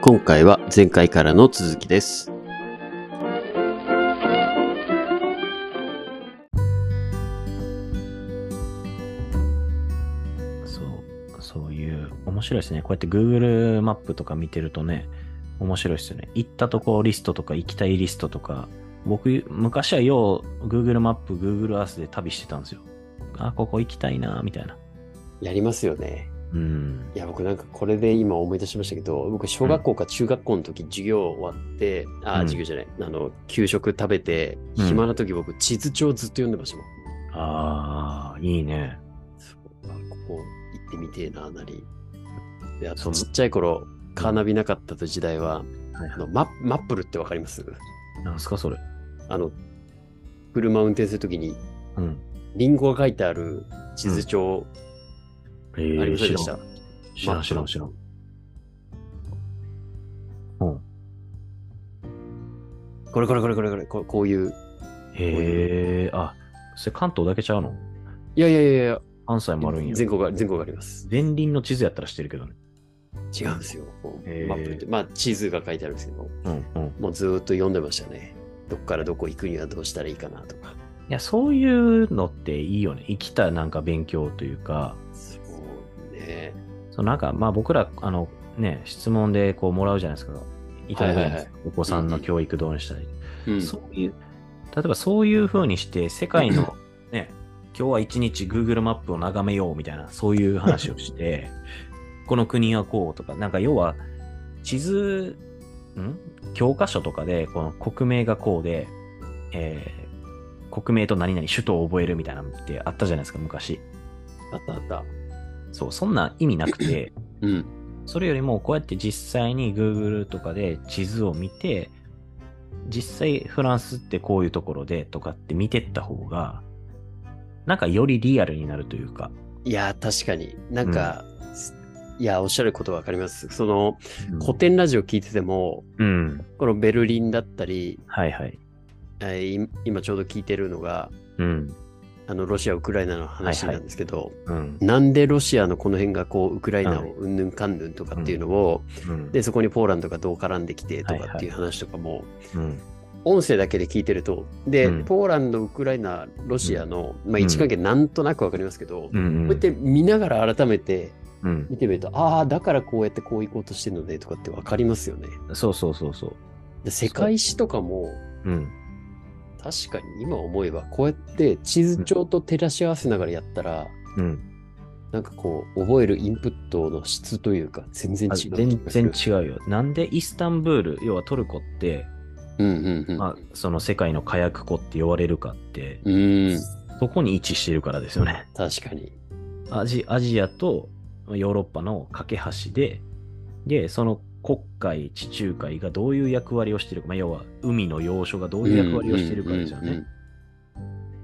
今回は前回からの続きです。そう、そういう、面白いですね。こうやって Google マップとか見てるとね、面白いですよね。行ったとこリストとか行きたいリストとか、僕、昔はよう Google マップ、Google Earth で旅してたんですよ。あ、ここ行きたいな、みたいな。やりますよね。うん。いや、僕なんかこれで今思い出しましたけど、僕小学校か中学校の時授業終わって、あー、うん授業じゃない、あの、給食食べて、うん暇な時僕地図帳ずっと読んでましたもん。ああ、いいね。そうあここ行ってみてえな、なり。で、あそとうちっちゃい頃、カーナビなかった時代は、はいあはのママップルってわかりますい。なんすか、それ。あの、車運転するときに、うん。リンゴが書いてある地図帳、えありませんでした。知らん、知らん、知らん。うん。これこれこれこれこれ、ここういう。へえ、あ、それ関東だけちゃうのいやいやいやいや、関西もあるんや。全国が、全国があります。前輪の地図やったらしてるけどね。違うんですよ。こうへーマップって、まあ地図が書いてあるんですけど、うんうん。もうずーっと読んでましたね。どっからどこ行くにはどうしたらいいかなとか。いや、そういうのっていいよね。生きたなんか勉強というか、そうね。そのなんかまあ僕ら、あのね、質問でこうもらうじゃないですか。いただくじゃないですか。お子さんの教育どうにしたらいい、うん、そういう、例えばそういう風にして、世界のね、今日は一日 Google マップを眺めようみたいな、そういう話をして、 この国はこうとか、なんか要は地図、ん教科書とかで、この国名がこうで、えー国名と何々、首都を覚えるみたいなのってあったじゃないですか、昔。あったあった。そう、そんな意味なくて、うん。それよりもこうやって実際に Google とかで地図を見て、実際フランスってこういうところでとかって見てった方が、なんかよりリアルになるというか。いや、確かに。なんか、いや、おっしゃることわかります。その、古こ典ラジオ聞いてても、うん。このベルリンだったり、はいはい。えーい今ちょうど聞いてるのが、うん。あの、ロシア、ウクライナの話なんですけど、うん。なんでロシアのこの辺がこう、ウクライナをうんぬんかんぬんとかっていうのを、うん、で、そこにポーランドがどう絡んできてとはいはかいっていう話とかも、うん。音声だけで聞いてると、で、うんポーランド、ウクライナ、ロシアの、まあ、位置関係なんとなくわかりますけど、うこん。うやって見ながら改めてうん。見てみると、ああ、だからこうやってこう行こうとしてるのでとかってわかりますよね。そうそうそうそう。で世界史とかも、うん。確かに今思えば、こうやって地図帳と照らし合わせながらやったら、うん。なんかこう、覚えるインプットの質というか、全然あ違う気全がす然る。違うよ。なんでイスタンブール、要はトルコって、うんうんうん。まあ、その世界の火薬庫って呼ばれるかって、うん、そこに位置してるからですよね。確かに。アジアジアとまあヨーロッパの架け橋で、で、その黒海、地中海がどういう役割をしているか、まあ、要は海の要所がどういう役割をしているかですようんうんうんうん。。ね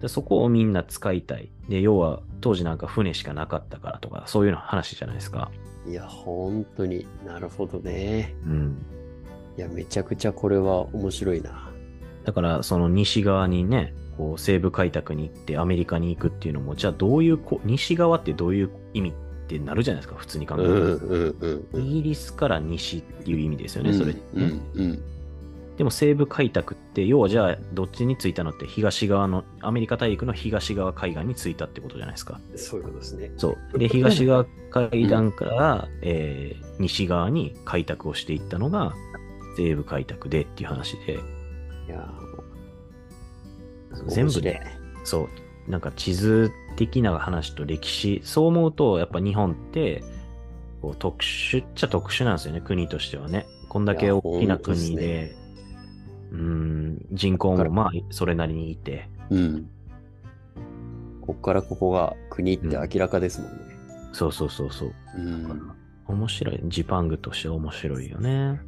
でそこをみんな使いたい。で、要は当時なんか船しかなかったからとか、そういうの話じゃないですか。いや、本当になるほどね。うん。いや、めちゃくちゃこれは面白いな。だから、その西側にね、こう西部開拓に行ってアメリカに行くっていうのも、じゃあどういうこ、西側ってどういう意味ってなるじゃないですか、普通に考うえんると。うんうんうん。イギリスから西っていう意味ですよね、それってね。うんうんでも西部開拓って、要はじゃあどっちに着いたのって東側の、アメリカ大陸の東側海岸に着いたってことじゃないですか。うん。そういうことですね。そう。で、東側海岸から、えー西側に開拓をしていったのが西部開拓でっていう話で、いやー、全面白部いで、。そう、なんか地図的な話と歴史、そう思うとやっぱ日本ってこう特殊っちゃ特殊なんですよね、国としてはね。こんだけ大きな国いやで、うん、人口もまあそれなりにいて、うん。こっからここが国って明らかですもんね。そうそうそうそう。うん。面白い。ジパングとして面白いよね。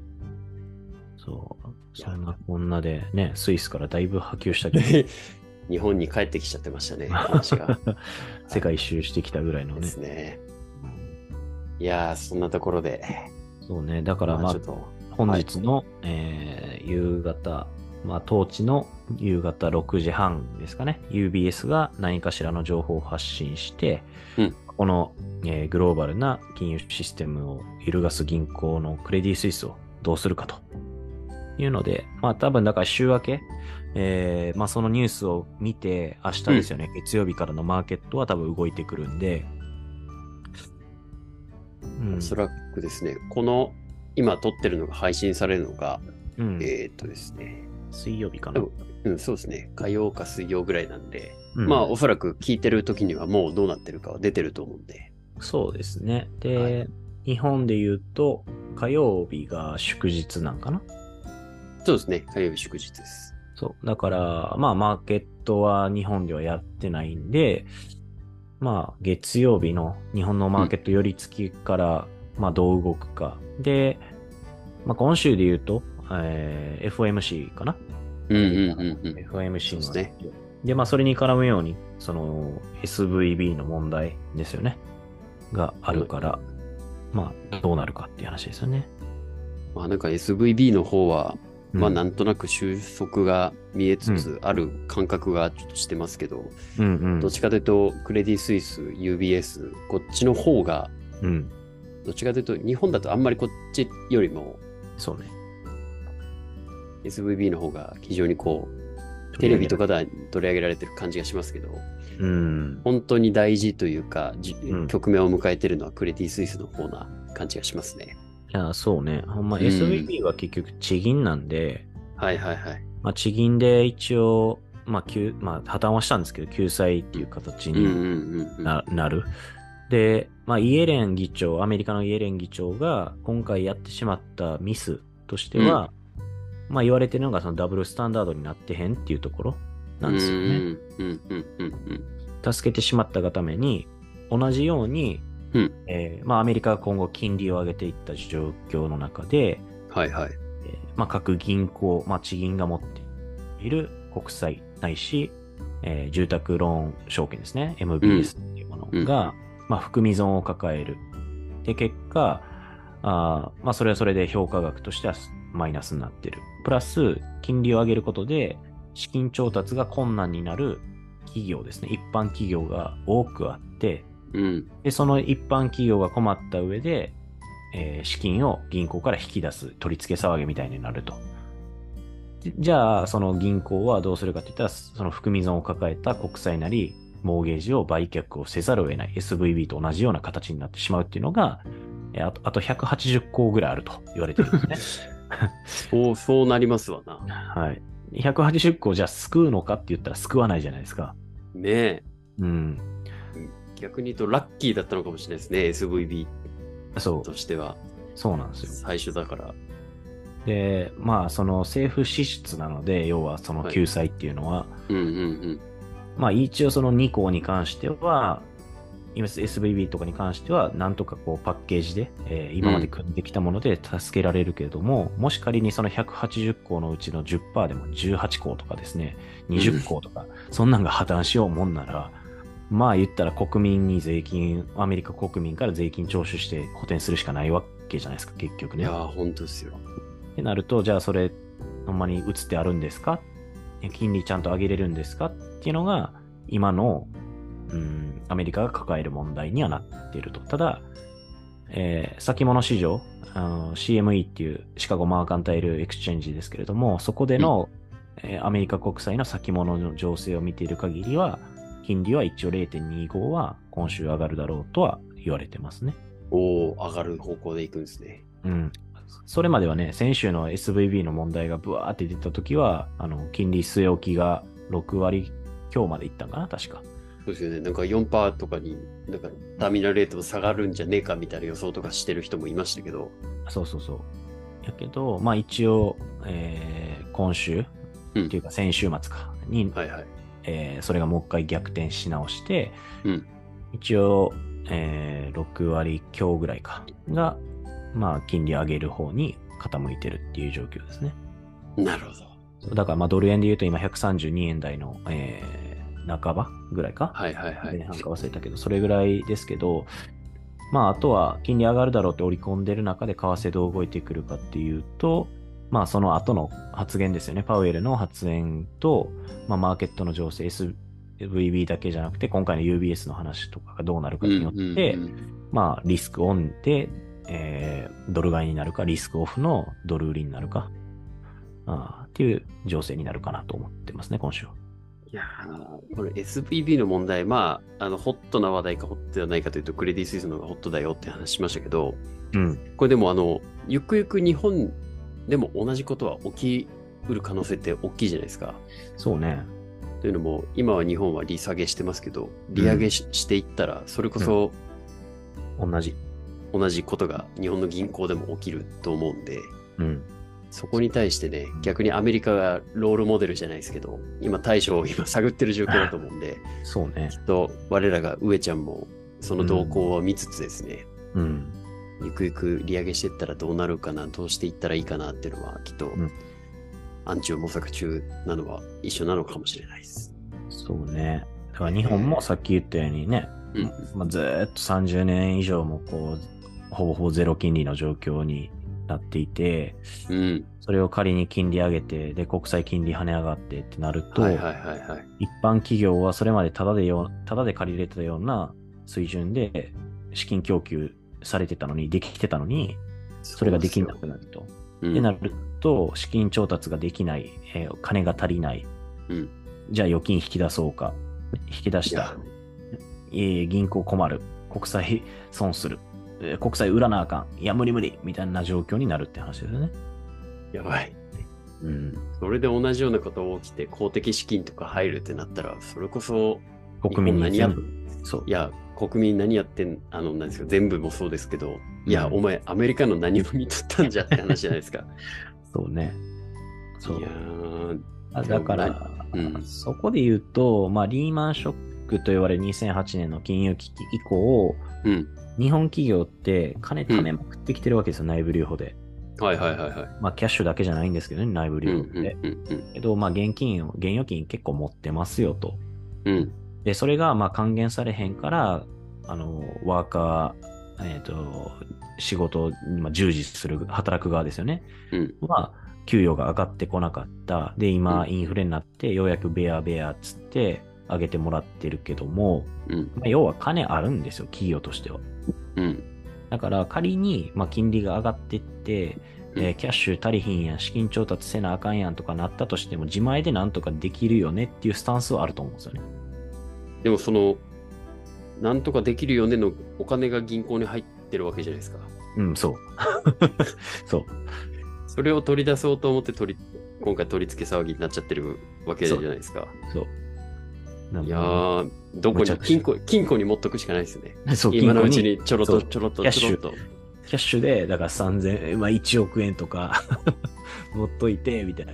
そう。そんなこんなでね、スイスからだいぶ波及したけど、 日本に帰ってきちゃってましたね、話が。 世界一周してきたぐらいのでねす。ね。いやー、そんなところで、そうね。だからままああちょっ、と、本日の、えー夕方、まあ、当地の夕方6時半ですかね、UBS が何かしらの情報を発信して、うんこの、えーグローバルな金融システムを揺るがす銀行のクレディ・スイスをどうするかというので、まあ多分だから週明け、えーまあそのニュースを見て、明日ですよね、月曜日からのマーケットは多分動いてくるんで、うんおそらくですね、この今撮ってるのが配信されるのが、うんえーっとですね、水曜日かな。多うん、そうですね、火曜か水曜ぐらいなんで、うんまあおそらく聞いてる時にはもうどうなってるかは出てると思うんで、そうですね。はで、日本で言うと、火曜日が祝日なんかな。そうですね、火曜日祝日です。そう。だから、まあ、マーケットは日本ではやってないんで、まあ、月曜日の日本のマーケット寄り付きから、まあ、どう動くか。で、まあ、今週で言うと、えー FOMC かな。うんうんうんうん。 FOMC のそうですねで、まあ、それに絡むように、その、SVB の問題ですよね。があるから、まあ、どうなるかっていう話ですよね。まあなんか SVB の方は、まあうんなんとなく収束が見えつつある感覚がちょっとしてますけど、うんうんどっちかというとクレディ・スイス、UBS、こっちの方が、うん。どっちかというと日本だとあんまりこっちよりもそうね。 SVB の方が非常にこう、テレビとかでは取り上げられてる感じがしますけど、うん。本当に大事というか、じうん局面を迎えてるのはクレディ・スイスの方な感じがしますね。いや、そうね。ほんまうん SVB は結局地銀なんで、はいはいはい。まあ地銀で一応、まあ、救まあ、破綻はしたんですけど、救済っていう形うんうんにうんうん。な,、なる。で、まあ、イエレン議長、アメリカのイエレン議長が今回やってしまったミスとしては、まあ言われてるのがそのダブルスタンダードになってへんっていうところなんですよね。うんうんうんうん助けてしまったがために、同じように、うんえーまあ、アメリカが今後金利を上げていった状況の中で、うん。はいはい。えーまあ、各銀行、まあ、地銀が持っている国債ないし、えー住宅ローン証券ですね、MBS っていうものが、まあ、含み損を抱える。で、結果、あーまあ、それはそれで評価額としてはマイナスになってる。プラス、金利を上げることで、資金調達が困難になる企業ですね、一般企業が多くあって、うん。で、その一般企業が困った上で、えー資金を銀行から引き出す取り付け騒ぎみたいになると。でじゃあ、その銀行はどうするかって言ったら、その含み損を抱えた国債なり、モーゲージを売却をせざるを得ない SVB と同じような形になってしまうっていうのが、えーあとあと180項ぐらいあると言われてるんですね。そう、そうなりますわ な。はい。180項じゃあ救うのかって言ったら救わないじゃないですか。ねえ。うん。逆に言うとラッキーだったのかもしれないですね、SVB そうと、しては。そうなんですよ。最初だから。で、まあ、その政府支出なので、要はその救済っていうのは、うんうんまあ、一応その2項に関しては、今 SVB とかに関しては、なんとかこうパッケージで、えー今まで組んできたもので助けられるけれども、もし仮にその180項のうちの10%でも18項とかですね、20項とか、そんなんが破綻しようもんなら、まあ言ったら国民に税金、アメリカ国民から税金徴収して補填するしかないわけじゃないですか、結局うん。いね。やー、本当ですよ。ってなると、じゃあそれ、ほんまに打つってあるんですかえ金利ちゃんと上げれるんですかっていうのが、今の、うん、アメリカが抱える問題にはなっていると。ただ、えー先物市場、あの CME っていうシカゴマーカンタイルエクスチェンジですけれども、そこでの、えーアメリカ国債の先物の情勢を見ている限りは、金利は一応0.25は今週上がるだろうとは言われてますね。おお、上がる方向でいくんですね。うん。それまではね、先週の SVB の問題がブワーって出た時は、あの、金利据え置きが6割強までいったんかな、確か。そうですよね。なんか4%とかに、なんかターミナルレート下がるんじゃねえかみたいな予想とかしてる人もいましたけど。そうそうそう。やけど、まあ一応、えー今週、うんっていうか先週末か、に、はいはい。えーそれがもう一回逆転し直して、うん一応、えー6割強ぐらいか、が、まあ金利上げる方に傾いてるっていう状況ですね。なるほど。そうだからまあドル円で言うと今132円台の、えー半ばぐらいか、はいはいは前い。半か忘れたけど、それぐらいですけど、まああとは金利上がるだろうって織り込んでる中で為替どう動いてくるかっていうと、まあその後の発言ですよね、パウエルの発言と、まあマーケットの情勢、SVB だけじゃなくて、今回の UBS の話とかがどうなるかによって、うんうんうんまあリスクオンでえードル買いになるか、リスクオフのドル売りになるか、あーっていう情勢になるかなと思ってますね、今週は。いやーこれ SPB の問題、まあ、あの、ホットな話題かホットじゃないかというと、クレディ・スイスの方がホットだよって話しましたけど、うん。これでも、あの、ゆくゆく日本でも同じことは起きうる可能性って大きいじゃないですか。そうね。というのも、今は日本は利下げしてますけど、利上げし,、していったら、それこそ同じ。同じことが日本の銀行でも起きると思うんで、うん。そこに対してね、逆にアメリカがロールモデルじゃないですけど、今、対処を今探ってる状況だと思うんで、そうねき。っと我らが上ちゃんもその動向を見つつですね、うん。ゆくゆく利上げしていったらどうなるかな、どうしていったらいいかなっていうのは、きっと、うん暗中模索中なのは一緒なのかもしれないです。そうね。だから日本もさっき言ったようにね、うんまあ、ずーっと30年以上もこう、ほぼほぼゼロ金利の状況になっていて、うん。それを仮に金利上げて、で、国際金利跳ね上がってってなると、はいはいはいはい。一般企業はそれまでタダでよ、タダで借りれてたような水準で資金供給されてたのに、できてたのに、それができなくなると。うってんなると、資金調達ができない、えー金が足りない、うんじゃあ預金引き出そうか、引き出しいやた、えー銀行困る、国債損する、えー国債売らなあかん、いや無理無理、みたいな状況になるって話ですよね。やばい。うん、それで同じようなことが起きて、公的資金とか入るってなったら、それこそ、国民日本に何や全っ部、そうい、や、国民何やってん、あの、なんですか、全部もそうですけど、いや、うんお前、アメリカの何を見とったんじゃって話じゃないですか。そうね。 そういやーあだかでもら、うんそこで言うと、まあ、リーマンショックと言われる2008年の金融危機以降、うん。日本企業って金貯めまくってきてるわけですよ、内部留保で。はいはいはいはい。まあ、キャッシュだけじゃないんですけどね、内部うん留保って。うんうんけど、まあ、現金を、現預金結構持ってますよと。うん。うん。で、それが、まあ、還元されへんから、あの、ワーカー、えっ、と、仕事をまあ従事する、働く側ですよね。うんは、給与が上がってこなかった。で、今、うんインフレになって、ようやくベアベアっつって、上げてもらってるけども、うんまあ、要は金あるんですよ、企業としては。うん。だから仮に、まあ、金利が上がってって、えーキャッシュ足りひんやん資金調達せなあかんやんとかなったとしても自前でなんとかできるよねっていうスタンスはあると思うんですよね。でもその、なんとかできるよねのお金が銀行に入ってるわけじゃないですか。うん、そう。 そう。それを取り出そうと思って取り、今回取り付け騒ぎになっちゃってるわけじゃないですか。そう。なんいかやー、どこむちゃに、くち金ゃ庫、金庫に持っとくしかないですね。そう、今銀の行うちににちょろっそとうちょろっとキャッちシょろュっと。キャッシュで、だから3000、まあ1億円とか 持っといて、みたいな。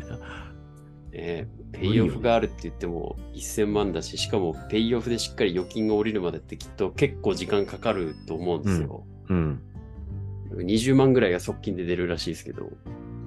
えーペイオフがあるって言っても1000万だし、しかもペイオフでしっかり預金が降りるまでってきっと結構時間かかると思うんですよ。うん。 20万ぐらいが側近で出るらしいですけど、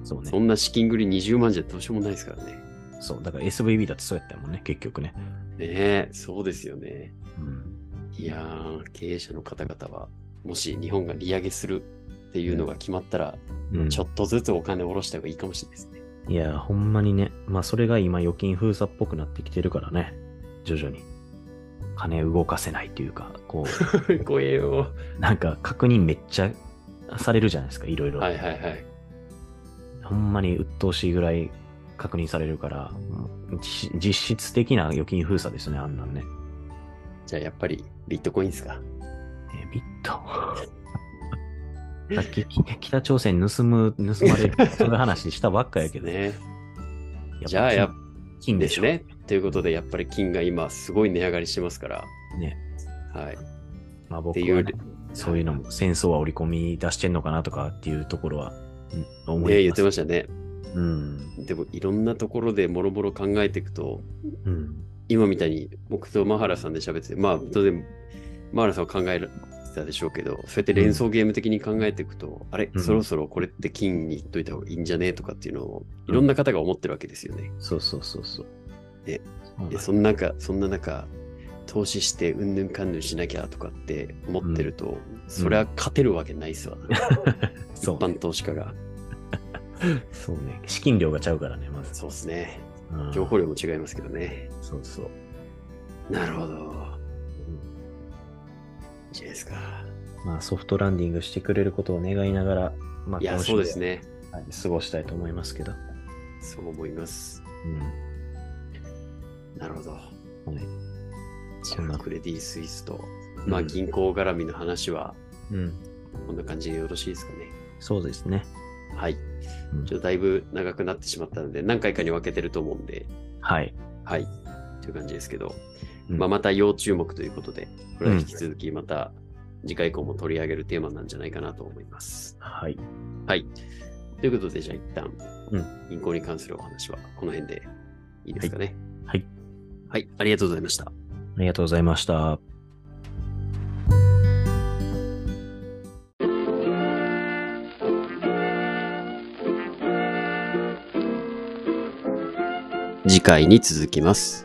そうねそ。んな資金繰り20万じゃどうしようもないですからね。そう。だから SVB だってそうやったもんね、結局ね。ねえ、そうですよね。うん。いやー、経営者の方々は、もし日本が利上げするっていうのが決まったら、うん、ちょっとずつお金を下ろした方がいいかもしれないですね。いや、ほんまにね。まあ、それが今、預金封鎖っぽくなってきてるからね。徐々に。金動かせないというか、こ 怖えよ。う、なんか確認めっちゃされるじゃないですか、いろいろ。はいはいはい。ほんまに鬱陶しいぐらい確認されるから、うん実実質的な預金封鎖ですね、あんなんね。じゃあやっぱりビットコインですか。え、ビッ ト。さっき北朝鮮盗む、盗ま れる、その話したばっかやけど。ね。っぱじゃあやっ金金ででしすょ。ね。ということで、やっぱり金が今すごい値上がりしてますから。ね。はい。まあ僕っていは、うそういうのも戦争は織り込み出してんのかなとかっていうところは、うん、思ねい言っます。てましたね。うん。でもいろんなところでもろもろ考えていくと、うん。今みたいに僕とマハラさんで喋ってて、まあ当然マハラさんは考えてたでしょうけど、そうやって連想ゲーム的に考えていくと、あれ、うんそろそろこれって金にいっといた方がいいんじゃねえとかっていうのをいろんな方が思ってるわけですよね。そうそうそうそう。ねそうなんで、ですそんな中、そんな中、投資してうんぬんかんぬんしなきゃとかって思ってると、そりゃ勝てるわけないっすわ。一 そう般投資家が。そうね。資金量がちゃうからね、まず。そうですね。うん情報量も違いますけどね。そうそう。なるほど。いいじゃないですか。まあ、ソフトランディングしてくれることを願いながら、まあ、いや、今週そうですね。はい過ごしたいと思いますけど。そう思います。うなるほど。ん。はい。じそんゃなあ、クレディ・スイスと、まあ、うん銀行絡みの話は、うん。こんな感じでよろしいですかね。そうですね。はい。うんちょっとだいぶ長くなってしまったので、何回かに分けてると思うんで、はい。はい。という感じですけど、うんまあ、また要注目ということで、これは引き続きまた次回以降も取り上げるテーマなんじゃないかなと思います。はい。はい。ということで、じゃあ一旦、うん銀行に関するお話はこの辺でいいですかね。はい。はい、ありがとうございました。ありがとうございました。次回に続きます。